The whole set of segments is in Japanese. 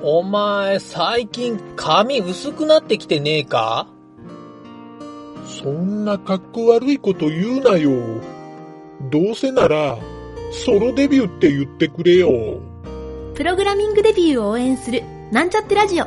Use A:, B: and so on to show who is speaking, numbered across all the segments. A: お前、最近髪薄くなってきてねえか
B: そんな格好悪いこと言うなよ。どうせなら、ソロデビューって言ってくれよ。
C: プログラミングデビューを応援する、なんちゃってラジオ。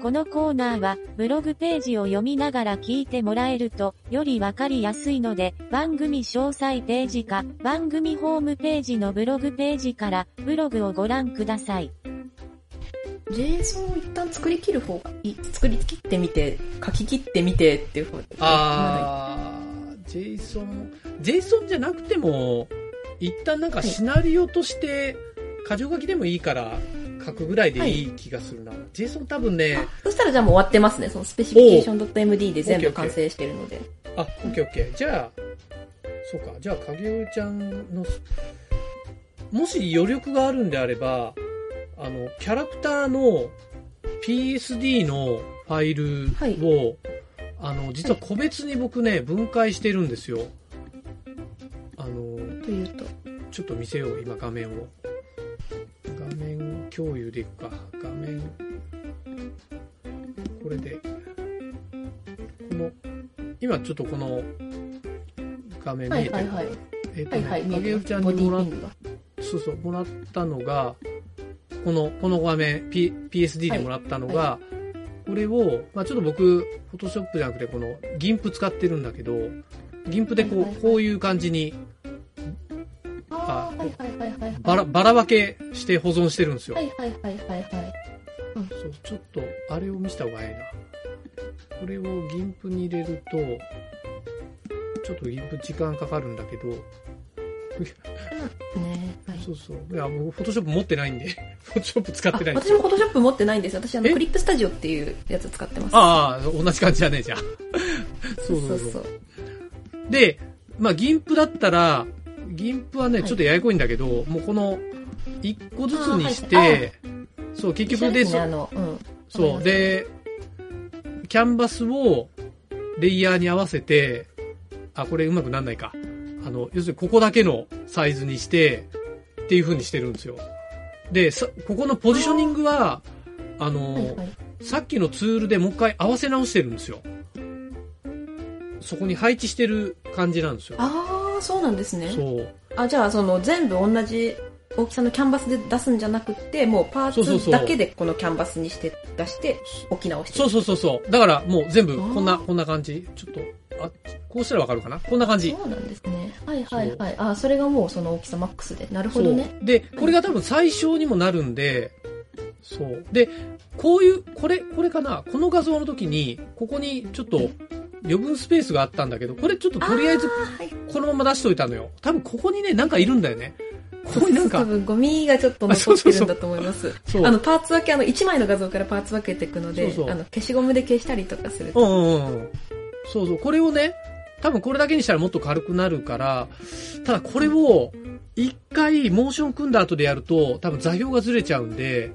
D: このコーナーは、ブログページを読みながら聞いてもらえると、よりわかりやすいので、番組詳細ページか、番組ホームページのブログページから、ブログをご覧ください。
E: JSON を一旦作り切る方がいい。作り切ってみて、書き切ってみてっていう方が
F: ー。あー、JSON、JSON じゃなくても、一旦なんかシナリオとして、箇条書きでもいいから書くぐらいでいい気がするな。JSON 多分ね、
E: そしたらじゃあもう終わってますね。そのスペシフィケーション .md で全部完成してるので。
F: あ、オッケーオッケー。じゃあ、そうか。じゃあ、影尾ちゃんの、もし余力があるんであれば、あの、キャラクターの PSD のファイル
E: はい
F: を、あの、実は個別に僕ね、分解してるんですよ。あの、
E: というと。
F: ちょっと見せよう、今画面を。画面共有でいくか。画面、これで、この、今ちょっとこの、画面見
E: は
F: えて
E: い
F: る。
E: はいはい。
F: えっ、
E: はいはい。
F: とね、影
E: 見え
F: 尾
E: て
F: ちゃ
E: ま
F: ん
E: すボ
F: に
E: ディ
F: もら
E: ー
F: っ
E: ピングが。
F: そうそう、もらったのが、この、この画面、P、PSD でもらったのが、
E: は
F: これを、まあちょっと僕、フォトショップじゃなくて、この、ギンプ使ってるんだけど、ギンプでこう、
E: はいはいはい
F: こういう感じに、
E: ああ、はいはいはいはい。
F: ばら、ばら分けして保存してるんですよ。
E: はいはいはいはいはい。
F: そう、ちょっと、あれを見せた方がいいな。これをギンプに入れると、ちょっとギンプ時間かかるんだけど、
E: ねはい。
F: そうそう。いや、僕、フォトショップ持ってないんで、 フォトショップ使
E: あ
F: ってないんで
E: 私もフォトショップ持ってないんですよ。私あの
F: え
E: クリップスタジオっていうやつ使ってます。
F: ああ、同じ感じじゃねえじゃん。そうそうそう。
E: う。
F: で、まあ、銀プだったら、銀プはね、
E: はい
F: ちょっとややこいんだけど、もうこの、一個ずつにし
E: あーはい
F: て、そう、結
E: 一緒
F: 局
E: で
F: で、
E: すね、あの、うん。
F: そ
E: わ
F: う、
E: かります、
F: で、キャンバスを、レイヤーに合わせて、あ、これうまくなんないか。あの、要するにここだけのサイズにして、っていう風にしてるんですよ。で、さ、ここのポジショニングは、あの、
E: はいはい。
F: さっきのツールでもう一回合わせ直してるんですよ。そこに配置してる感じなんですよ。
E: ああ、そうなんですね。
F: そう。
E: あ、じゃあその全部同じ大きさのキャンバスで出すんじゃなくて、もうパ
F: そうそう
E: ー
F: そ
E: ツ
F: う
E: だけでこのキャンバスにして出して置き直して
F: そ
E: る。
F: うそうそうそう。だからもう全部
E: あー
F: こんな、こんな感じ。ちょっと、あ、こうしたらわかるかなこんな感じ。
E: そうなんですね。はいはいはい。あ、それがもうその大きさマックスで。なるほどね。
F: そう。で、これが多分最小にもなるんで、そう。で、こういう、これ、これかなこの画像の時に、ここにちょっと余分スペースがあったんだけど、これちょっととりあえず
E: ーはい
F: このまま出しといたのよ。多分ここにね、なんかいるんだよね。ここになん
E: 多
F: か、
E: 分ゴミがちょっと残ってるんだと思います。
F: そう。
E: あの、パーツ分け、あの、1枚の画像からパーツ分けていくので、
F: そうそう
E: あの、消しゴムで消したりとかすると。
F: うんうんうん。そうそう。これをね、多分これだけにしたらもっと軽くなるから、ただこれを、一回モーション組んだ後でやると、多分座標がずれちゃうんで、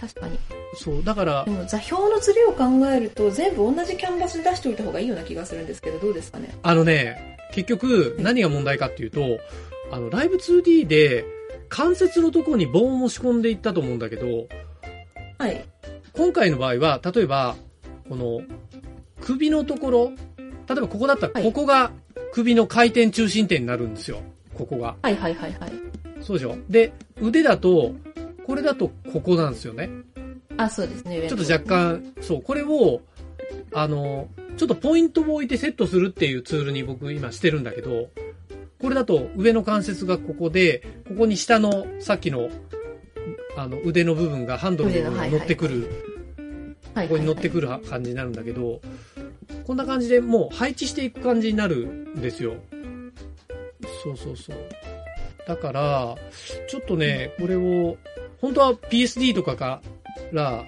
E: 確かに。
F: そう、だから
E: で、も、座標のズレを考えると、全部同じキャンバスで出しておいた方がいいような気がするんですけど、どうですかね。
F: あのね、結局何が問題かっていうと、あの、ライブ 2D で、関節のとこに棒を押し込んでいったと思うんだけど、
E: はい。
F: 今回の場合は、例えば、この、首のところ、例えばここだったら、
E: はい
F: ここが首の回転中心点になるんですよ。ここが。
E: はいはいはいはい。
F: そうでしょで、腕だと、これだとここなんですよね。
E: あ、そうですね。上の
F: ちょっと若干、そう、これを、あの、ちょっとポイントを置いてセットするっていうツールに僕今してるんだけど、これだと上の関節がここで、ここに下のさっきの、あの、腕の部分がハンドルの部分が乗ってくる、
E: はいはいはい、
F: ここに乗ってくる感じになるんだけど、こんな感じでもう配置していく感じになるんですよ。そうそうそう。だから、ちょっとね、これを、本当は PSD とかから、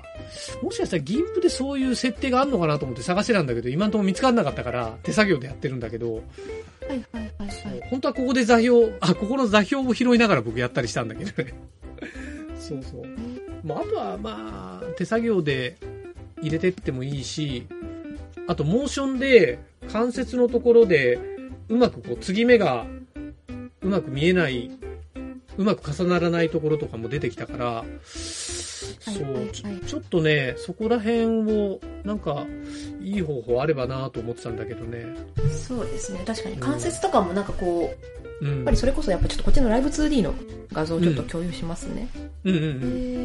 F: もしかしたら GIMP でそういう設定があるのかなと思って探してたんだけど、今のところ見つからなかったから、手作業でやってるんだけど、
E: はいはいはいはい。
F: 本当はここで座標、あ、ここの座標を拾いながら僕やったりしたんだけどね。 そうそう。まあ、あとは、まあ、手作業で入れてってもいいし、あと、モーションで、関節のところで、うまくこう、継ぎ目が、うまく見えない、うまく重ならないところとかも出てきたから、そう、ちょ
E: はいはい
F: ちょっとね、そこら辺を、なんか、いい方法あればなと思ってたんだけどね。
E: そうですね。確かに関節とかもなんかこう、
F: う
E: やっ
F: ん
E: ぱり。それこそやっぱちょっとこっちのライブ 2D の画像をちょっと
F: うん
E: 共有しますね。
F: うんうん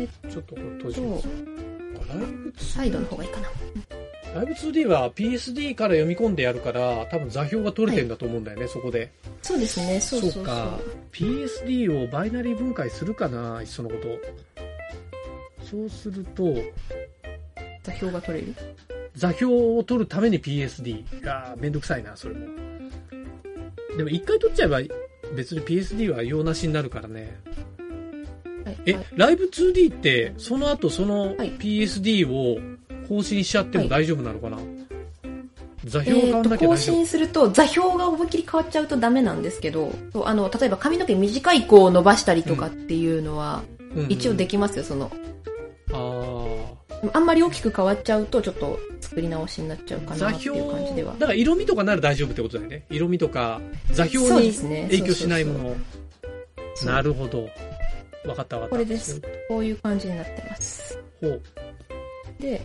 E: え
F: うん。ちょっとこれ閉
E: ー
F: じます
E: と、。サイドの方がいいかな。
F: ライブ 2D は PSD から読み込んでやるから、多分座標が取れてんだと思うんだよね、そこで。
E: そうですね。そうそうそう。
F: か。PSD をバイナリー分解するかな、いっそのこと。そうすると、
E: 座標が取れる。
F: 座標を取るために PSD。がめんどくさいな、それも。でも一回取っちゃえば、別に PSD は用なしになるからね。
E: はい、
F: え、
E: はい
F: ライブ 2D って、その後その
E: はい
F: PSD を更新しちゃっても大丈夫なのかな、座標が変
E: え
F: わ
E: ー
F: ん
E: と
F: なきゃ
E: 更
F: 大丈夫。
E: 新すると座標が思いっきり変わっちゃうとダメなんですけどそうあの例えば髪の毛短い子を伸ばしたりとかっていうのは
F: うんうん
E: 一応できますよその
F: ああ。
E: あんまり大きく変わっちゃうとちょっと作り直しになっちゃうか
F: 座
E: なってい
F: 標
E: う感じでは
F: だから色味とかなら大丈夫ってことだよね色味とか座標
E: そう
F: に
E: ですね
F: 影響しないもの、
E: そう
F: なるほど分かった分かった
E: これですこういう感じになってます
F: ほう
E: で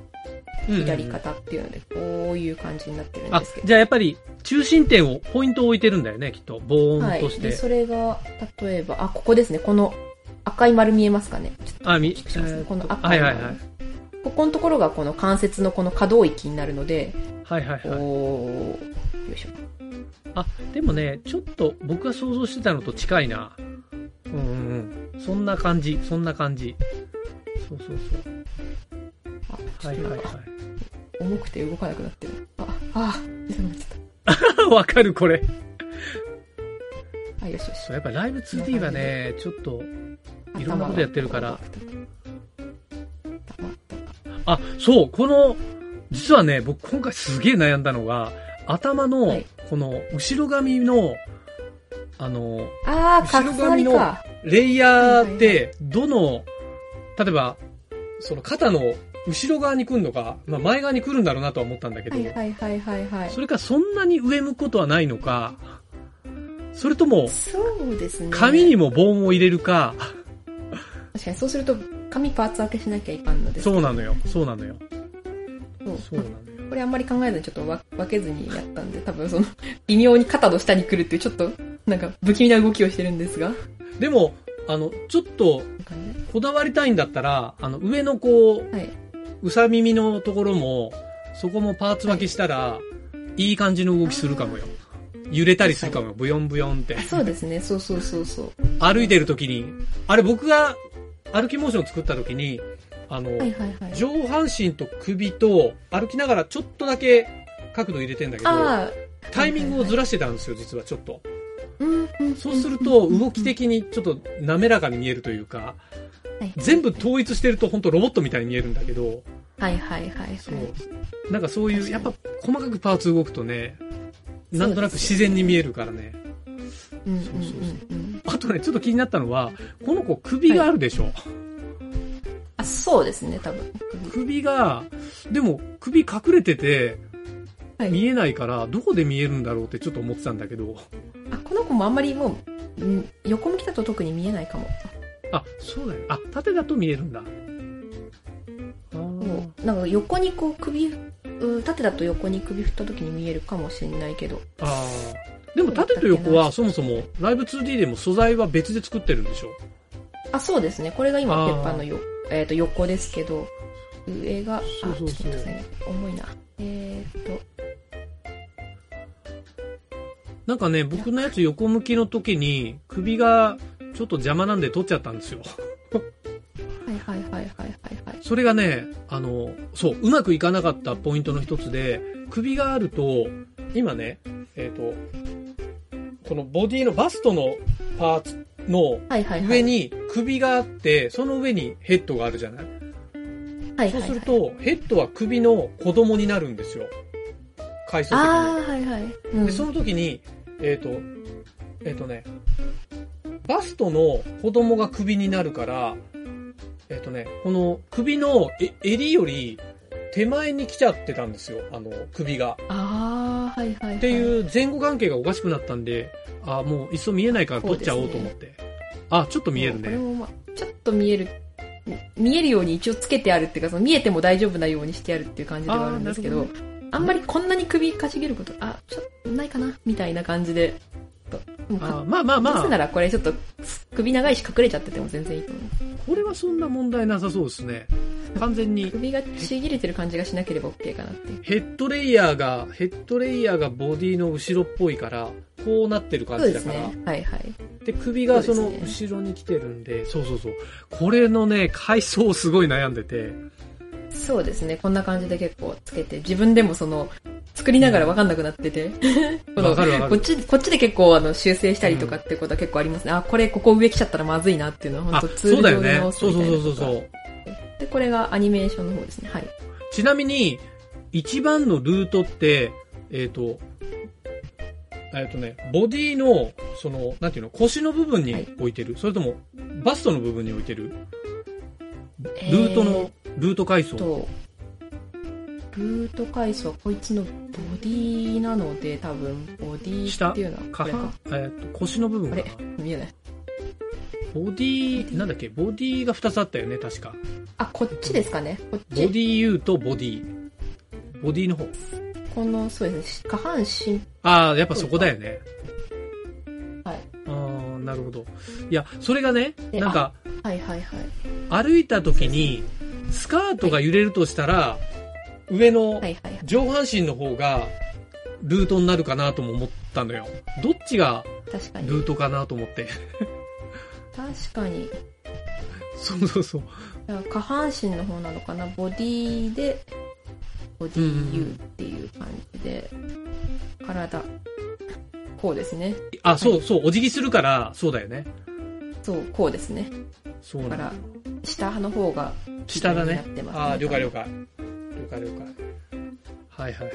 F: うんうん
E: 左肩っていうのでこういう感じになってるん
F: あ
E: ですけど、
F: じゃあやっぱり中心点をポイントを置いてるんだよねきっとボー
E: は
F: ンと
E: い、
F: して、
E: でそれが例えばあここですねこの赤い丸見えますかねちょっと
F: あみ
E: 大きくしますね
F: えー
E: この赤
F: はいいは
E: 丸、
F: いはい
E: ここのところがこの関節のこの可動域になるので、
F: はいはいはい
E: おーよいしょ
F: あでもねちょっと僕が想像してたのと近いなうんうんうんそんな感じそんな感じそうそうそう
E: あちょ
F: は
E: っ
F: い
E: と
F: はいは
E: なん
F: い
E: か、重くて動かなくなってるああー痛くなっちゃっ
F: わかるこれ
E: たあよしよし
F: そうやっぱライブ 2D はねちょっといろんなことやってるから
E: 頭が
F: あ、そう、この、実はね、僕今回すげえ悩んだのが、頭
E: は
F: の
E: い、
F: この、後ろ髪の、あの、
E: ああ
F: 後ろ
E: 重な
F: 髪
E: り
F: の
E: か
F: レイヤーっ
E: はい
F: て、どの、例えば、その肩の後ろ側に来るのか、まあ前側に来るんだろうなとは思ったんだけど
E: は、いはいはいはいはい
F: それかそんなに上向くことはないのか、それとも、
E: そうですね
F: 髪にもボーンを入れるか、
E: 確かにそうすると髪パーツ分けしなきゃいかんのです
F: そうなのよ、そうなのよ、
E: そう
F: そうなのよ。
E: これあんまり考えずにちょっとわ分けずにやったんで多分その 微妙に肩の下に来るっていうちょっとなんか不気味な動きをしてるんですが
F: でも、あの、ちょっと、
E: なんかね
F: こだわりたいんだったら、あの、上のこう、
E: はい、
F: うさ耳のところも、そこもパーツ分けしたら、いい感じの動きするかもよ。揺れたりするかもよ。ブヨンブヨンって。
E: そうですねそうそうそうそう
F: 歩いてる時に、あれ僕が歩きモーション作った時に、あの、
E: はいはいはい
F: 上半身と首と歩きながらちょっとだけ角度入れてんだけど、
E: ああ
F: タイミングをずらしてたんですよ、実はちょっと。
E: うんうん
F: そうすると、動き的にちょっと滑らかに見えるというか、全部統一してると本当ロボットみたいに見えるんだけど、
E: はいはいはいはい
F: そう。なんかそういう、
E: 確
F: や
E: か
F: っ
E: に
F: ぱ細かくパーツ動くとね、なんとなく
E: そうですね
F: 自然に見えるからね。
E: うんうん
F: そうそう
E: うんうん
F: あとね、ちょっと気になったのは、この子首があるでしょ。
E: あそうですね多分
F: 首が、でも首隠れてて、
E: はい
F: 見えないから、どこで見えるんだろうってちょっと思ってたんだけど、
E: あこの子もあんまりもううん横向きだと特に見えないかも
F: あ、そうだよ。あ、縦だと見えるんだ。あ
E: も
F: ー
E: うなんか横にこう首う縦だと横に首振った時に見えるかもしれないけど
F: あー。でも縦と横はそもそもライブ 2D でも素材は別で作ってるんでしょ
E: あそうですねこれが
F: あー
E: 今ペッパーのよ、えー、と横ですけど上があちょ
F: そ
E: っ
F: う
E: と
F: そうそ
E: 待
F: う
E: ってくださいね重いなえっ、と
F: なんかね、僕のやつ横向きの時に首がちょっと邪魔なんで取っちゃったんですよ。
E: はいはいはいはいはいはい
F: それがね、あの、そう、うまくいかなかったポイントの一つで、首があると、今ね、えっ、と、このボディのバストのパーツの
E: はいはいはい。
F: 上に首があって、その上にヘッドがあるじゃない。
E: はい
F: そ
E: はいうはい、
F: すると、ヘッドは首の子供になるんですよ。階層的に。
E: ああ、はいはい。うん
F: で、その時に、えっ、と、えっ、とね、バストの子供が首になるから、えっ、とね、この首のえ襟より手前に来ちゃってたんですよ、あの、首が。
E: ああ、はいはい、はい。
F: って
E: う。
F: いう前後関係がおかしくなったんで、あもういっそ見えないから取っちゃおうと思って。あ、ちょっと見える
E: これ
F: ね。
E: もまあ、ちょっと見える。見えるように一応つけてあるっていうか、その見えても大丈夫なようにしてあるっていう感じではあるんですけ
F: あー
E: ど
F: な、
E: あんまりこんなに首かしげること、あ、ちょっとないかな、みたいな感じで。とでもか
F: あまあまあま
E: どうせな
F: あ、
E: らこれちょっと首長いし隠れちゃってても全然いいと思う。
F: これはそんな問題なさそうですね。完全に
E: 首がちぎれてる感じがしなければ OK かなっていう。
F: ヘッドレイヤーが、ヘッドレイヤーがボディの後ろっぽいから、こうなってる感
E: そう
F: じ
E: で
F: だ
E: す
F: から。
E: ね。はいはい。
F: で、首がその
E: そうです
F: 後ろに来てるんで、そうそうそう。これのね、階層をすごい悩んでて、
E: そうですね。こんな感じで結構つけて、自分でもその、作りながらわかんなくなってて。この
F: わかるわか
E: こっ
F: る。
E: ち、こっちで結構あの修正したりとかってことは結構ありますね。あ、これここ上来ちゃったらまずいなっていうのは
F: あ、
E: 本当ツー
F: そう
E: ル
F: だ
E: 上
F: よ
E: で
F: ね。
E: 直す
F: そう
E: みた
F: そ
E: いうな
F: そう
E: こ
F: そう
E: とが
F: そう。
E: で、これがアニメーションの方ですね。はい。
F: ちなみに、一番のルートって、えっ、と、えっ、とね、ボディの、その、なんていうの、腰の部分に
E: はい
F: 置いてる、それとも、バストの部分に置いてるルートの、ルート階
E: えーっ
F: 層。
E: と、ルート階層はこいつのボディなので、多分、ボディっていうのは
F: 下
E: これ
F: 半
E: か。
F: えっ、と、腰の部分かな
E: あ見えない。
F: ボディ、なんだっけ、ボディが2つあったよね、確か。
E: あ、こっちですかね。こっ
F: ボデ
E: ち。
F: ィ U とボディ。ボディの方。
E: この、そうですね。下半身。
F: ああ、やっぱそこだよね。
E: はい。
F: ああ、なるほど。いや、それがね、
E: え
F: なんか、
E: はいはいはい。
F: 歩いた時に、スカートが揺れるとしたら、上の
E: はいはいはい。
F: 上半身の方が、ルートになるかなとも思ったのよ。どっちが
E: 確かに。
F: ルートかなと思って。
E: 確かに。
F: そうそうそう。
E: だから下半身の方なのかなボディでボディ U っていう感じで、体こうですね
F: あ、そうそう、お辞儀するから、そうだよね。
E: そうこうですね
F: そうな
E: だ
F: んだ
E: から下の方が
F: 下だ
E: にな
F: ね
E: っ。てますね
F: ああ、了解了解。了解了解。はいはいはい。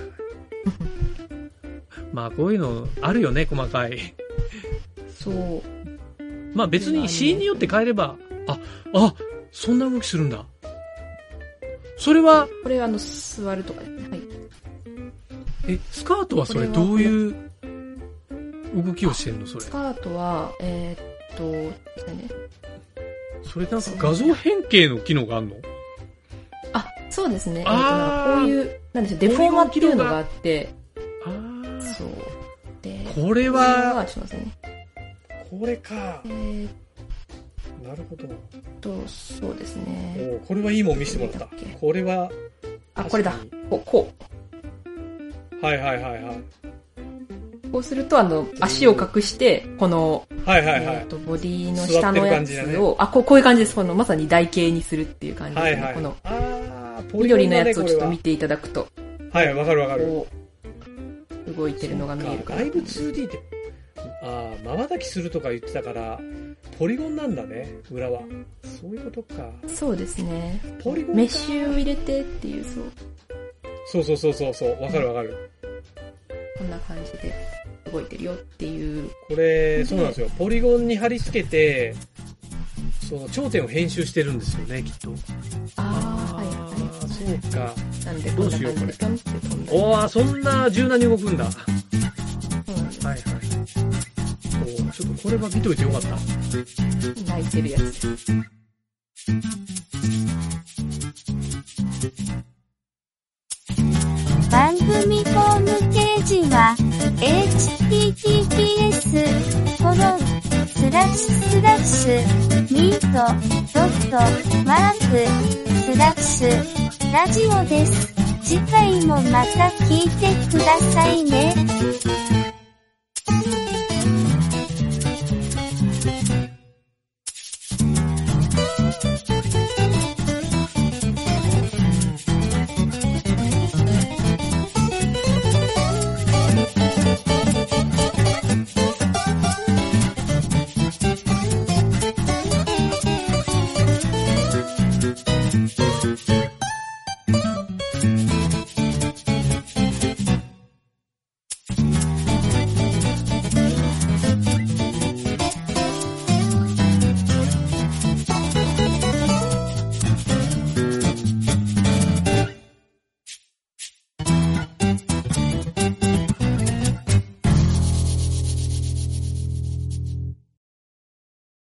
F: まあこういうのあるよね、細かい。
E: そう
F: まあ別にシーンによって変えれば、あ、あ、そんな動きするんだ。それは、
E: これあの座るとかですねはい
F: え、スカートはそれどういう動きをしてんのそれ
E: ス。カートはえーっとですね
F: それなんか画像変形の機能があるの
E: あそうですねえーっと
F: あー
E: こういうなんでしょうデフォーマっていうのがあって
F: あー
E: そうで
F: これ
E: こ
F: は、
E: ちょっと待ってね
F: これか
E: え。ーっ
F: なるほど。
E: とそうですね
F: おーこれはいいもん見せてもらっ
E: どれだっけ
F: た。これは、
E: あこれだ
F: 確か
E: こうこう
F: はいはいはいはい。
E: こうすると、あの、足を隠して、この、
F: はいはいは
E: えっ
F: い。
E: と、ボディの下のやつ
F: 座ってる感じだ
E: を、あ、こう、こういう感じです。この、まさに台形にするっていう感じです
F: は
E: ね。
F: いはい。
E: この、
F: あー
E: 緑のやつをちょっと見ていただくと、
F: はい、わかるわかる。
E: こう、動いてるのが見える
F: そ
E: から
F: う。だいぶ 2D って、ああ、瞬きするとか言ってたから、ポリゴンなんだね、裏は。そういうことか。
E: そうですね。
F: ポリゴンか
E: メッシュを入れてっていう、そう、
F: そうそうそうそうそう、わかるわかる。
E: こんな感じで動いてるよっていう。
F: これ、そうなんですよ。ポリゴンに貼り付けて、その頂点を編集してるんですよね、きっと。
E: ああ、はいは
F: あーそうか。
E: い。なんで、こんな感じで、ピョンって飛んで。
F: おー、そんな柔軟に動くんだ。
E: そうなんです。
F: はいはい。おーちょっとこれは見といてよかった。
E: 泣いてるやつ。
G: 番組ホームページは、https, コロン、スラッシュスラッシュ、ミート、ドット、マーク、スラッシュ、ラジオです。次回もまた聞いてくださいね。